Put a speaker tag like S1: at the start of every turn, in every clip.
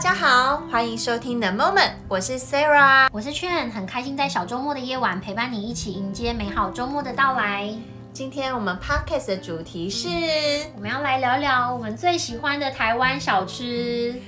S1: 家好，欢迎收听 The Moment，我是 Sarah。
S2: 我是劝，很开心在小周末的夜晚陪伴你一起迎接美好周末的到来。
S1: 今天我们 Podcast 的主题是
S2: 我们要来聊聊我们最喜欢的台湾小吃。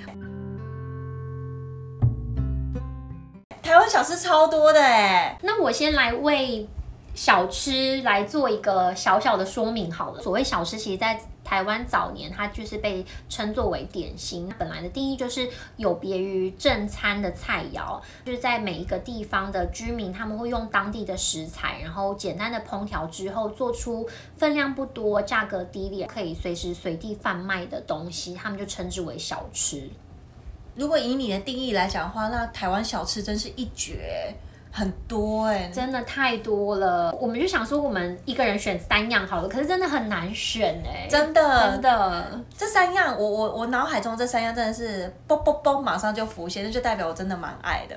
S1: 台湾小吃超多的哎，
S2: 那我先来为小吃来做一个小小的说明好了。所谓小吃，其实在台湾早年它就是被称作为点心，本来的定义就是有别于正餐的菜肴，就是在每一个地方的居民他们会用当地的食材，然后简单的烹调之后做出分量不多、价格低廉、可以随时随地贩卖的东西，他们就称之为小吃。
S1: 如果以你的定义来讲的话，那台湾小吃真是一绝，很多哎。
S2: 真的太多了，我们就想说我们一个人选三样好了，可是真的很难选哎、
S1: 真的，
S2: 真的，
S1: 这三样，我我我脑海中这三样真的是嘣嘣嘣，马上就浮现，那就代表我真的蛮爱的，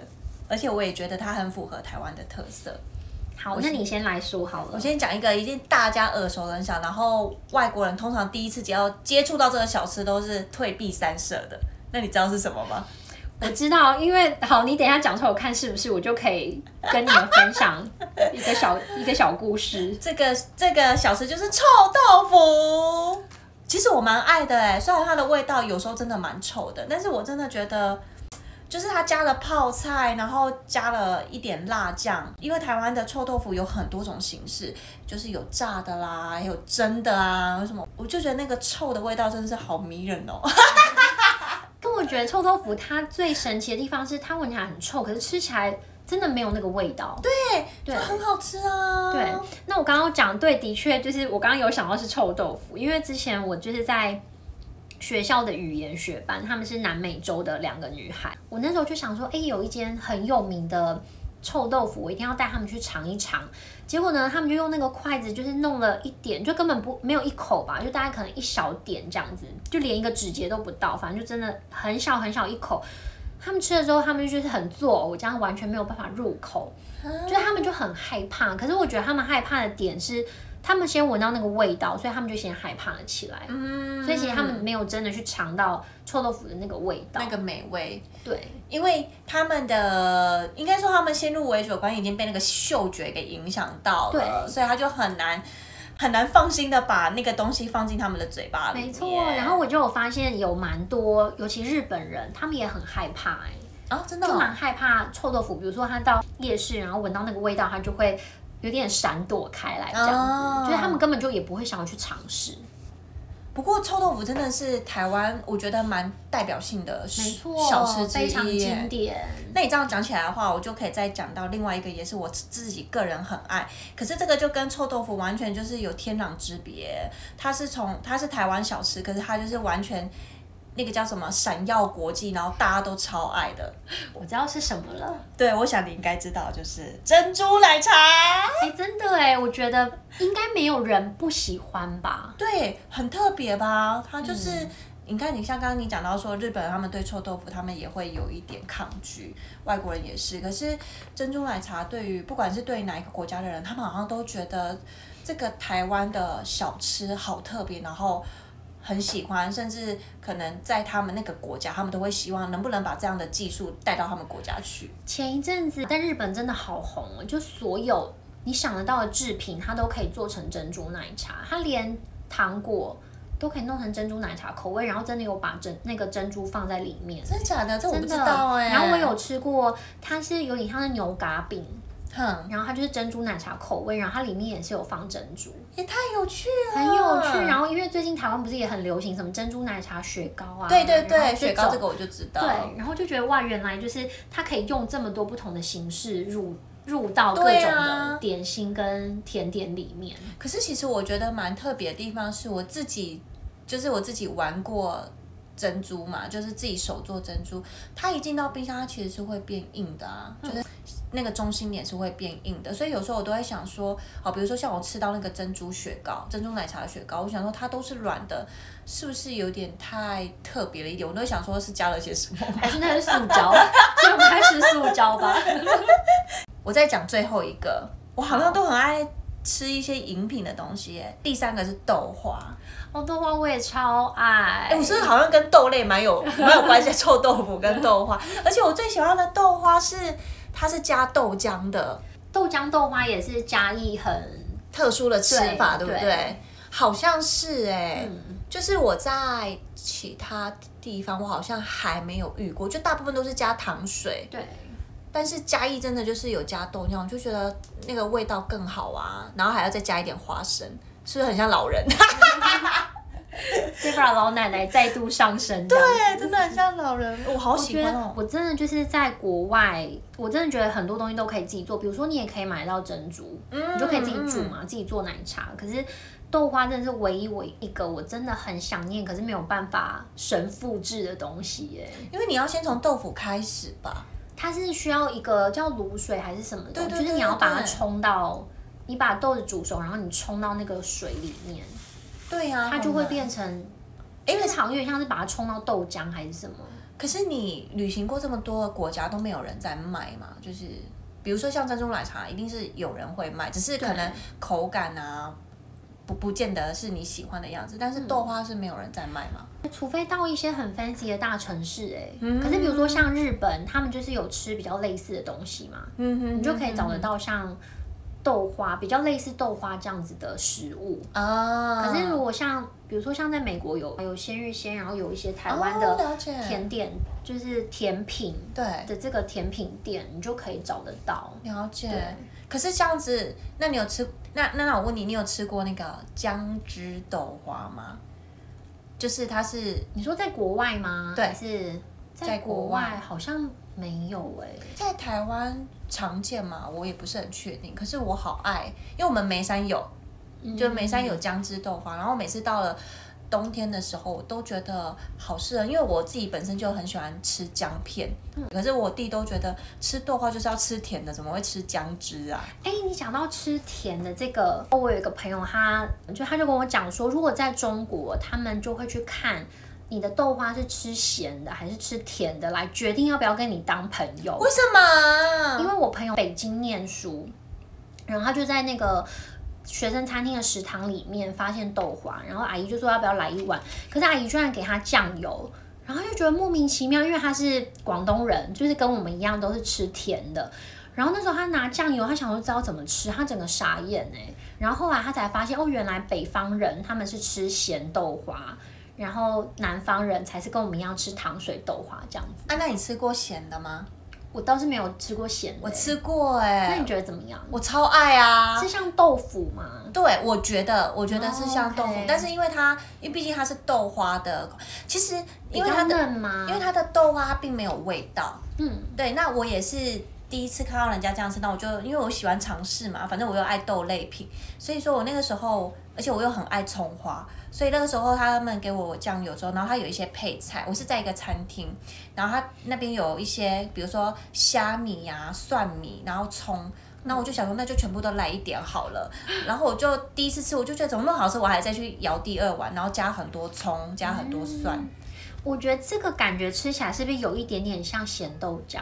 S1: 而且我也觉得它很符合台湾的特色。
S2: 好，那你先来说好
S1: 我
S2: 了。
S1: 先讲一个一定大家耳熟能详，然后外国人通常第一次只要接触到这个小吃都是退避三舍的。那你知道是什么吗？
S2: 我知道，因为好，你等一下讲出来，我看是不是我就可以跟你们分享一 个小一个小故事。
S1: 这个这个小吃就是臭豆腐。其实我蛮爱的哎、虽然它的味道有时候真的蛮臭的，但是我真的觉得，就是它加了泡菜，然后加了一点辣酱。因为台湾的臭豆腐有很多种形式，就是有炸的啦，还有蒸的啊，有什么？我就觉得那个臭的味道真的是好迷人哦。
S2: 跟我觉得臭豆腐它最神奇的地方是，它闻起来很臭，可是吃起来真的没有那个味道。对
S1: 对，就很好吃啊。
S2: 对，那我刚刚讲对，的确就是我刚刚有想到是臭豆腐，因为之前我就是在学校的语言学班，他们是南美洲的两个女孩，我那时候就想说，哎、有一间很有名的臭豆腐，我一定要带他们去尝一尝。结果呢，他们就用那个筷子，就是弄了一点，就根本不没有一口吧，就大概可能一小点这样子，就连一个指节都不到，反正就真的很小很小一口。他们吃了之后，他们就是很作呕，这样完全没有办法入口，就是他们就很害怕。可是我觉得他们害怕的点是，他们先闻到那个味道，所以他们就先害怕了起来。
S1: 嗯
S2: 所以其实他们没有真的去尝到臭豆腐的那个味道。
S1: 那个美味，
S2: 对，
S1: 因为他们的应该说他们先入为主的观念已经被那个嗅觉给影响到了，所以他就很难很难放心的把那个东西放进他们的嘴巴里面。
S2: 没错。然后我就有发现有蛮多，尤其日本人，他们也很害怕、欸，
S1: 啊、真的
S2: 就
S1: 哦、
S2: 蛮害怕臭豆腐。比如说他到夜市，然后闻到那个味道，他就会有点闪躲开来，这样子，
S1: 哦
S2: 就是他们根本就也不会想要去尝试。
S1: 不过臭豆腐真的是台湾我觉得蛮代表性的
S2: 没错，
S1: 小吃之
S2: 非常
S1: 一耶
S2: 经。典。
S1: 那你这样讲起来的话，我就可以再讲到另外一个，也是我自己个人很爱。可是这个就跟臭豆腐完全就是有天壤之别。它是从它是台湾小吃，可是它就是完全那个叫什么闪耀国际，然后大家都超爱的。
S2: 我知道是什么了。
S1: 对，我想你应该知道，就是珍珠奶茶。
S2: 哎、真的哎、我觉得应该没有人不喜欢吧。
S1: 对，很特别吧？它就是。你看，你像刚刚你讲到说，日本人他们对臭豆腐他们也会有一点抗拒，外国人也是。可是珍珠奶茶对于不管是对于哪一个国家的人，他们好像都觉得这个台湾的小吃好特别，然后很喜欢，甚至可能在他们那个国家，他们都会希望能不能把这样的技术带到他们国家去。
S2: 前一阵子在日本真的好红哦，就所有你想得到的制品，它都可以做成珍珠奶茶，它连糖果都可以弄成珍珠奶茶口味，然后真的有把珍那个珍珠放在里面，
S1: 真的假的？这我不
S2: 真
S1: 知
S2: 的。
S1: 道哎、
S2: 然后我有吃过，它是有点像是牛轧饼，
S1: 哼，
S2: 然后它就是珍珠奶茶口味，然后它里面也是有放珍珠，
S1: 也太有趣了，
S2: 很有趣。然后因为最近台湾不是也很流行什么珍珠奶茶雪糕啊，
S1: 对对
S2: 然后
S1: 对，
S2: 这
S1: 雪糕
S2: 种
S1: 这个我就知道。
S2: 对，然后就觉得哇，原来就是它可以用这么多不同的形式入入到各
S1: 对
S2: 种
S1: 啊
S2: 的点心跟甜点里面。
S1: 可是其实我觉得蛮特别的地方是我自己，就是我自己玩过珍珠嘛，就是自己手做珍珠，它一进到冰箱，它其实是会变硬的啊，就是那个中心点是会变硬的。所以有时候我都会想说，好，比如说像我吃到那个珍珠雪糕、珍珠奶茶雪糕，我想说它都是软的，是不是有点太特别了一点？我都会想说是加了些什么。
S2: 还是那是塑胶，所以我们开始塑胶吧。
S1: 我再讲最后一个，我好像都很爱吃一些饮品的东西耶。第三个是豆花，
S2: 哦，豆花我也超爱。
S1: 哎、我是不是好像跟豆类蛮 有蛮有关系？臭豆腐跟豆花，而且我最喜欢的豆花是它是加豆浆的，
S2: 豆浆豆花也是嘉义很
S1: 特殊的吃法，对
S2: 对
S1: 不对？
S2: 对
S1: 好像是哎、就是我在其他地方我好像还没有遇过，就大部分都是加糖水，
S2: 对，
S1: 但是嘉义真的就是有加豆浆，我就觉得那个味道更好啊，然后还要再加一点花生，是不是很像老人？
S2: s e b r a 老奶奶再度上升。对，
S1: 对，真的很像老人，我好喜
S2: 觉
S1: 欢
S2: 得
S1: 哦。
S2: 我真的就是在国外，我真的觉得很多东西都可以自己做，比如说你也可以买到珍珠，你就可以自己煮嘛，
S1: 嗯
S2: 自己做奶茶。可是豆花真的是唯一我一个我真的很想念，可是没有办法神复制的东西耶。
S1: 因为你要先从豆腐开始吧。
S2: 它是需要一个叫卤水还是什么的，
S1: 对对
S2: 就是
S1: 对
S2: 你要
S1: 对
S2: 把它
S1: 对
S2: 冲到，你把豆子煮熟，然后你冲到那个水里面，
S1: 对啊呀、
S2: 它就
S1: 好
S2: 会
S1: 难
S2: 变成，因为好像有点像是把它冲到豆浆还是什么。
S1: 可是你旅行过这么多国家都没有人在卖嘛？就是比如说像珍珠奶茶，一定是有人会卖，只是可能
S2: 对
S1: 口感啊，不不见得是你喜欢的样子。但
S2: 嗯
S1: 是豆花是没有人在卖嘛？
S2: 除非到一些很 fancy 的大城市、欸，哎、
S1: 嗯
S2: 可是比如说像日本，他们就是有吃比较类似的东西嘛，
S1: 嗯哼，
S2: 你就可以找得到像豆花，比较类似豆花这样子的食物。
S1: 啊。
S2: 可是如果像，比如说像在美国有有鲜芋仙，然后有一些台湾
S1: 哦了
S2: 的
S1: 解
S2: 甜点，就是甜品
S1: 对
S2: 的这个甜品店，你就可以找得到。
S1: 了解，可是这样子，那你有吃那那那我问你，你有吃过那个姜汁豆花吗？就是它是
S2: 你说在国外吗？
S1: 对
S2: 还是
S1: 在
S2: 在
S1: 国
S2: 国外
S1: 外
S2: 好像没有哎、
S1: 在台湾常见嘛，我也不是很确定。可是我好爱，因为我们眉山有，
S2: 嗯
S1: 就眉山有姜汁豆花，然后每次到了冬天的时候，我都觉得好适合，因为我自己本身就很喜欢吃姜片，
S2: 嗯
S1: 可是我弟都觉得吃豆花就是要吃甜的，怎么会吃姜汁啊？
S2: 哎、你讲到吃甜的这个，哦我有一个朋友他，就他就跟我讲说，如果在中国，他们就会去看你的豆花是吃咸的还是吃甜的，来决定要不要跟你当朋友。
S1: 为什么？
S2: 因为我朋友北京念书，然后他就在那个。学生餐厅的食堂里面发现豆花，然后阿姨就说要不要来一碗，可是阿姨居然给他酱油，然后就觉得莫名其妙，因为他是广东人，就是跟我们一样都是吃甜的。然后那时候他拿酱油，他想说知道怎么吃，他整个傻眼哎、然后后来他才发现，哦，原来北方人他们是吃咸豆花，然后南方人才是跟我们一样吃糖水豆花这样子。
S1: 啊，那你吃过咸的吗？
S2: 我倒是没有吃过咸的、欸
S1: 我吃过哎、
S2: 那你觉得怎么样？
S1: 我超爱啊！
S2: 是像豆腐吗？
S1: 对，我觉得，我觉得是像豆腐
S2: OK
S1: 但是因为它，因为毕竟它是豆花的，其实因为它
S2: 比
S1: 的
S2: 较嫩吗？
S1: 因为它的豆花它并没有味道。
S2: 嗯，
S1: 对，那我也是第一次看到人家这样吃，那我就因为我喜欢尝试嘛，反正我又爱豆类品，所以说我那个时候，而且我又很爱葱花，所以那个时候他们给我酱油之后，然后它有一些配菜，我是在一个餐厅，然后它那边有一些，比如说虾米呀、蒜米，然后葱。 那我就想说，那就全部都来一点好了。然后我就第一次吃，我就觉得怎么那么好吃，我还再去舀第二碗，然后加很多葱，加很多蒜。
S2: 我觉得这个感觉吃起来是不是有一点点像咸豆浆？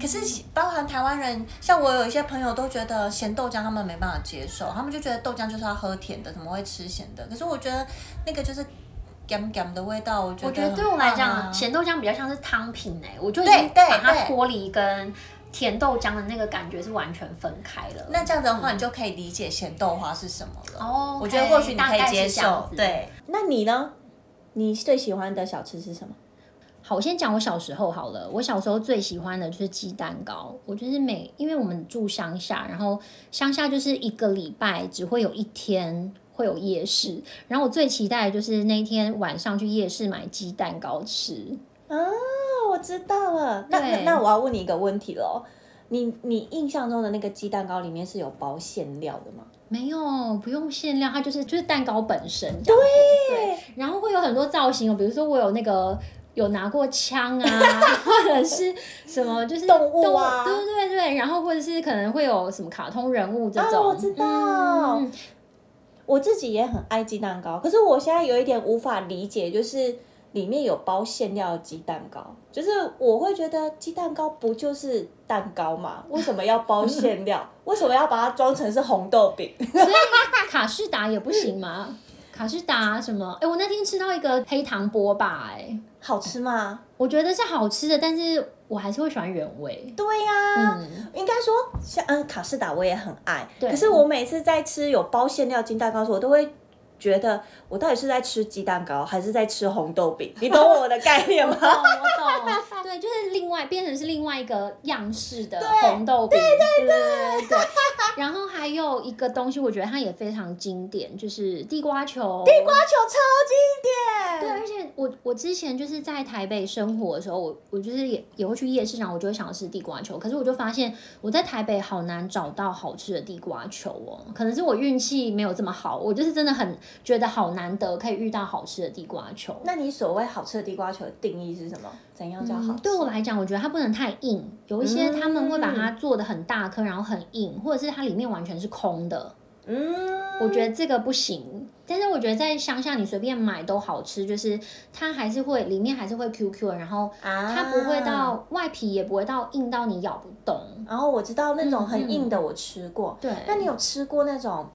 S1: 可是包含台湾人，像我有一些朋友都觉得咸豆浆他们没办法接受，他们就觉得豆浆就是要喝甜的，怎么会吃咸的？可是我觉得那个就是咸咸的味道，我觉得、
S2: 我觉得对我来讲，
S1: 咸
S2: 咸豆浆比较像是汤品哎、我就已
S1: 嗯对
S2: 经
S1: 对
S2: 把它
S1: 对
S2: 脱离跟甜豆浆的那个感觉是完全分开了。
S1: 那这样的话，你就可以理解咸豆花是什么了。
S2: 哦，
S1: 我觉得或许你可以接
S2: 大概是这样
S1: 受
S2: 子。，
S1: 对，那你呢？你最喜欢的小吃是什么？
S2: 好，我先讲我小时候好了。我小时候最喜欢的就是鸡蛋糕，我就是每因为我们住乡下，然后乡下就是一个礼拜只会有一天会有夜市，然后我最期待的就是那一天晚上去夜市买鸡蛋糕吃。
S1: 哦，我知道了。那那
S2: 对
S1: 那我要问你一个问题喽。你你印象中的那个鸡蛋糕里面是有包馅料的吗？
S2: 没有，不用限量，它就是就是蛋糕本身这样子。对然后会有很多造型哦，比如说我有那个有拿过枪啊， 或者是什么就是
S1: 动物啊
S2: 动物对对对，然后或者是可能会有什么卡通人物这
S1: 啊
S2: 种。
S1: 我知道
S2: 嗯嗯
S1: 我自己也很爱鸡蛋糕，可是我现在有一点无法理解，就是。里面有包馅料的鸡蛋糕，就是我会觉得鸡蛋糕不就是蛋糕嘛，为什么要包馅料？ 为什么要把它装成是红豆饼？
S2: 所以 卡士达也不行吗？卡士达什么？哎、我那天吃到一个黑糖波霸、哎，
S1: 好吃吗？
S2: 我觉得是好吃的，但是我还是会喜欢原味。
S1: 对呀、
S2: 嗯，
S1: 应该说，像嗯卡士达我也很爱，
S2: 对
S1: 可是我每次在吃有包馅料金蛋糕的时候，我都会觉得我到底是在吃鸡蛋糕还是在吃红豆饼？你懂我的概念吗？
S2: 懂，我懂。对，就是另外变成是另外一个样式的红豆饼。对对对对对。然后还有一个东西，我觉得它也非常经典，就是地瓜球。地瓜
S1: 花球超经
S2: 对，
S1: 典，
S2: 而且我我之前就是在台北生活的时候，我我就是也也会去夜市，然后我就会想要吃地瓜球，可是我就发现我在台北好难找到好吃的地瓜球哦，可能是我运气没有这么好，我就是真的很觉得好难得可以遇到好吃的地瓜球。
S1: 那你所谓好吃的地瓜球的定义是什么？怎样叫好吃？
S2: 嗯对我来讲，我觉得它不能太硬，有一些他们会把它
S1: 嗯
S2: 做的很大颗，然后很硬，或者是它里面完全是空的，
S1: 嗯，
S2: 我觉得这个不行。但是我觉得在乡下你随便买都好吃，就是它还是会里面还是会 QQ 的，然后
S1: 啊啊
S2: 它不会到外皮也不会到硬到你咬不动。
S1: 然后我知道那种很硬的我吃过，
S2: 嗯对
S1: 那你有吃过那种，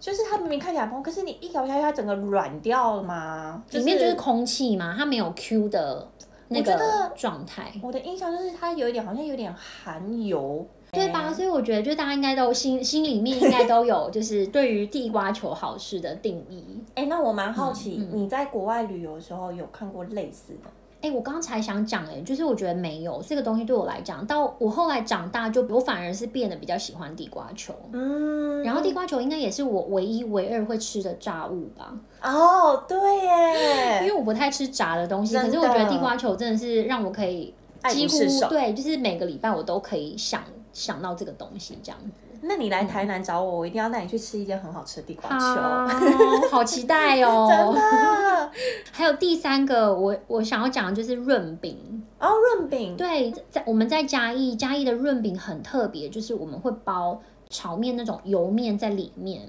S1: 就是它明明看起来蓬，可是你一咬下去它整个软掉了吗？
S2: 里面就是空气嘛，它没有 Q 的那
S1: 我觉得
S2: 个状态，
S1: 我的印象就是它有一点好像有点含油，
S2: 对吧？所以我觉得，就大家应该都心心里面应该都有，就是对于地瓜球好吃的定义。
S1: 哎、那我蛮好奇、
S2: 嗯嗯
S1: 你在国外旅游的时候有看过类似的？
S2: 哎、我刚才想讲，哎，就是我觉得没有这个东西对我来讲，到我后来长大就，我反而是变得比较喜欢地瓜球。
S1: 嗯
S2: 然后地瓜球应该也是我唯一唯二会吃的炸物吧，
S1: 哦，对
S2: 因为
S1: 耶，
S2: 我不太吃炸的东西，
S1: 真
S2: 可
S1: 的
S2: 是我觉得地瓜球真的是让我可以
S1: 爱不
S2: 几
S1: 释手
S2: 乎对，就是每个礼拜我都可以想想到这个东西这样子。
S1: 那你来台南找我，我一定要带你去吃一间很好吃的地瓜球。
S2: 啊好，好期待
S1: 真
S2: 哦！
S1: 的，
S2: 还有第三个，我我想要讲的就是润饼，
S1: 然后润饼，
S2: 对，在我们在嘉义，嘉义的润饼很特别，就是我们会包炒面那种油面在里面。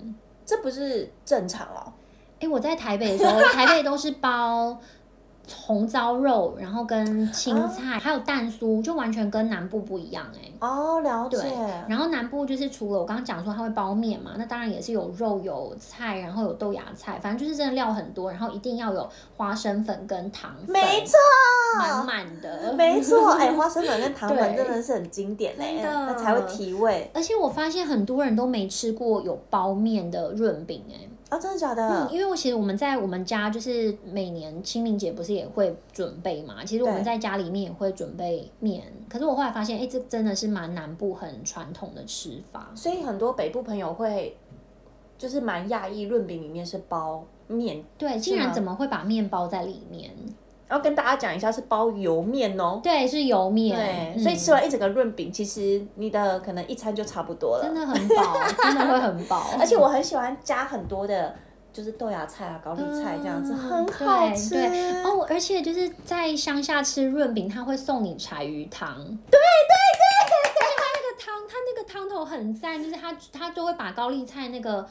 S1: 这不是正常哦，
S2: 哎，我在台北的时候，台北都是包红糟肉，然后跟青菜，还有蛋酥，就完全跟南部不一样哎、
S1: 哦，了解
S2: 对，，然后南部就是除了我刚刚讲说它会包面嘛，那当然也是有肉有菜，然后有豆芽菜，反正就是真的料很多，然后一定要有花生粉跟糖粉，
S1: 没错，
S2: 满满的，
S1: 没错， 哎、花生粉跟糖粉
S2: 对
S1: 真的是很经典嘞，
S2: 真的
S1: 那才会提味
S2: 而且我发现很多人都没吃过有包面的润饼哎、
S1: 啊、真的假
S2: 嗯，
S1: 的？
S2: 因为我其实我们在我们家就是每年清明节不是也会准备嘛，其实我们
S1: 对
S2: 在家里面也会准备面，可是我后来发现，哎、这真的是蛮南部很传统的吃法，
S1: 所以很多北部朋友会就是蛮讶异，润饼里面是包面，
S2: 对，竟
S1: 吗
S2: 然怎么会把面包在里面？
S1: 然后跟大家讲一下是包油面哦。
S2: 对，是油面，
S1: 对，
S2: 嗯
S1: 所以吃完一整个润饼，其实你的可能一餐就差不多
S2: 真
S1: 了。
S2: 的很饱，真的会很饱，
S1: 而且我很喜欢加很多的，就是豆芽菜啊、高丽菜这样子，
S2: 嗯
S1: 很好吃。
S2: 对对哦，而且就是在乡下吃润饼，他会送你柴鱼汤。对对对，而且他那个汤，他那个汤头很赞，就是他他就会把高丽菜那个。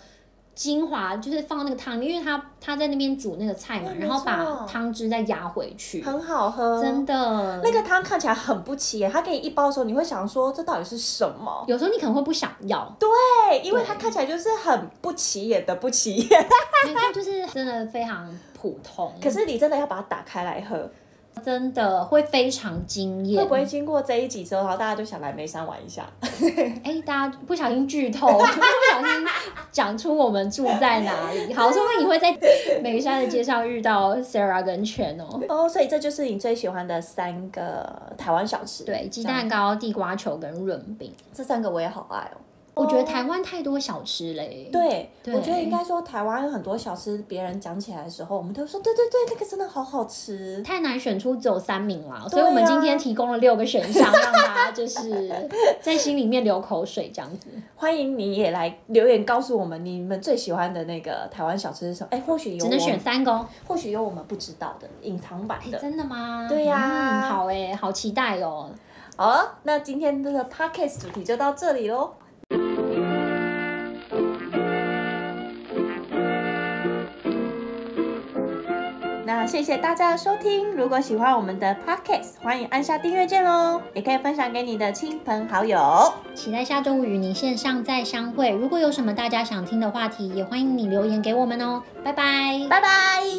S2: 精华就是放那个汤里面，因为他他在那边煮那个菜嘛，
S1: 嗯
S2: 然后
S1: 没
S2: 把
S1: 错
S2: 汤汁再压回去，
S1: 很好喝。
S2: 真的。
S1: 那个汤看起来很不起眼，它给你一包的时候，你会想说这到底是什么？
S2: 有时候你可能会不想要，
S1: 对，因为它看起来就是很不起眼的不起眼。
S2: 没错，就是真的非常普通。
S1: 可是你真的要把它打开来喝，
S2: 真的会非常惊艳，
S1: 会不会经过这一集之后，然后大家就想来眉山玩一 下？
S2: 哎、大家不小心剧透， 不小心讲出我们住在哪里。好，说不定你会在美山的街上遇到 Sarah 跟 Chen 哦。
S1: 哦，所以这就是你最喜欢的三个台湾小吃。
S2: 对，鸡蛋糕、地瓜球跟润饼，
S1: 这三个我也好爱哦。
S2: 我觉得台湾太多小吃嘞。
S1: 对，
S2: 对
S1: 我觉得应该说台湾有很多小吃，别人讲起来的时候，我们都会说对对对，那个真的好好吃。
S2: 太难选出只有三名了，所
S1: 对
S2: 以
S1: 啊
S2: 我们今天提供了六个选项，让大家就是在心里面流口水这样子。
S1: 欢迎你也来留言告诉我们你们最喜欢的那个台湾小吃是什么？哎，或许有
S2: 只
S1: 我
S2: 能选三个哦。
S1: 或许有我们不知道的隐藏版
S2: 哎
S1: 的。
S2: 真的吗？
S1: 对呀
S2: 嗯好哎，好期待哦。
S1: 好了，那今天这个 podcast 主题就到这里喽。那谢谢大家的收听，如果喜欢我们的 podcast，欢迎按下订阅键喽，也可以分享给你的亲朋好友。
S2: 期待下周与你线上再相会。如果有什么大家想听的话题，也欢迎你留言给我们哦。拜拜。
S1: 拜拜。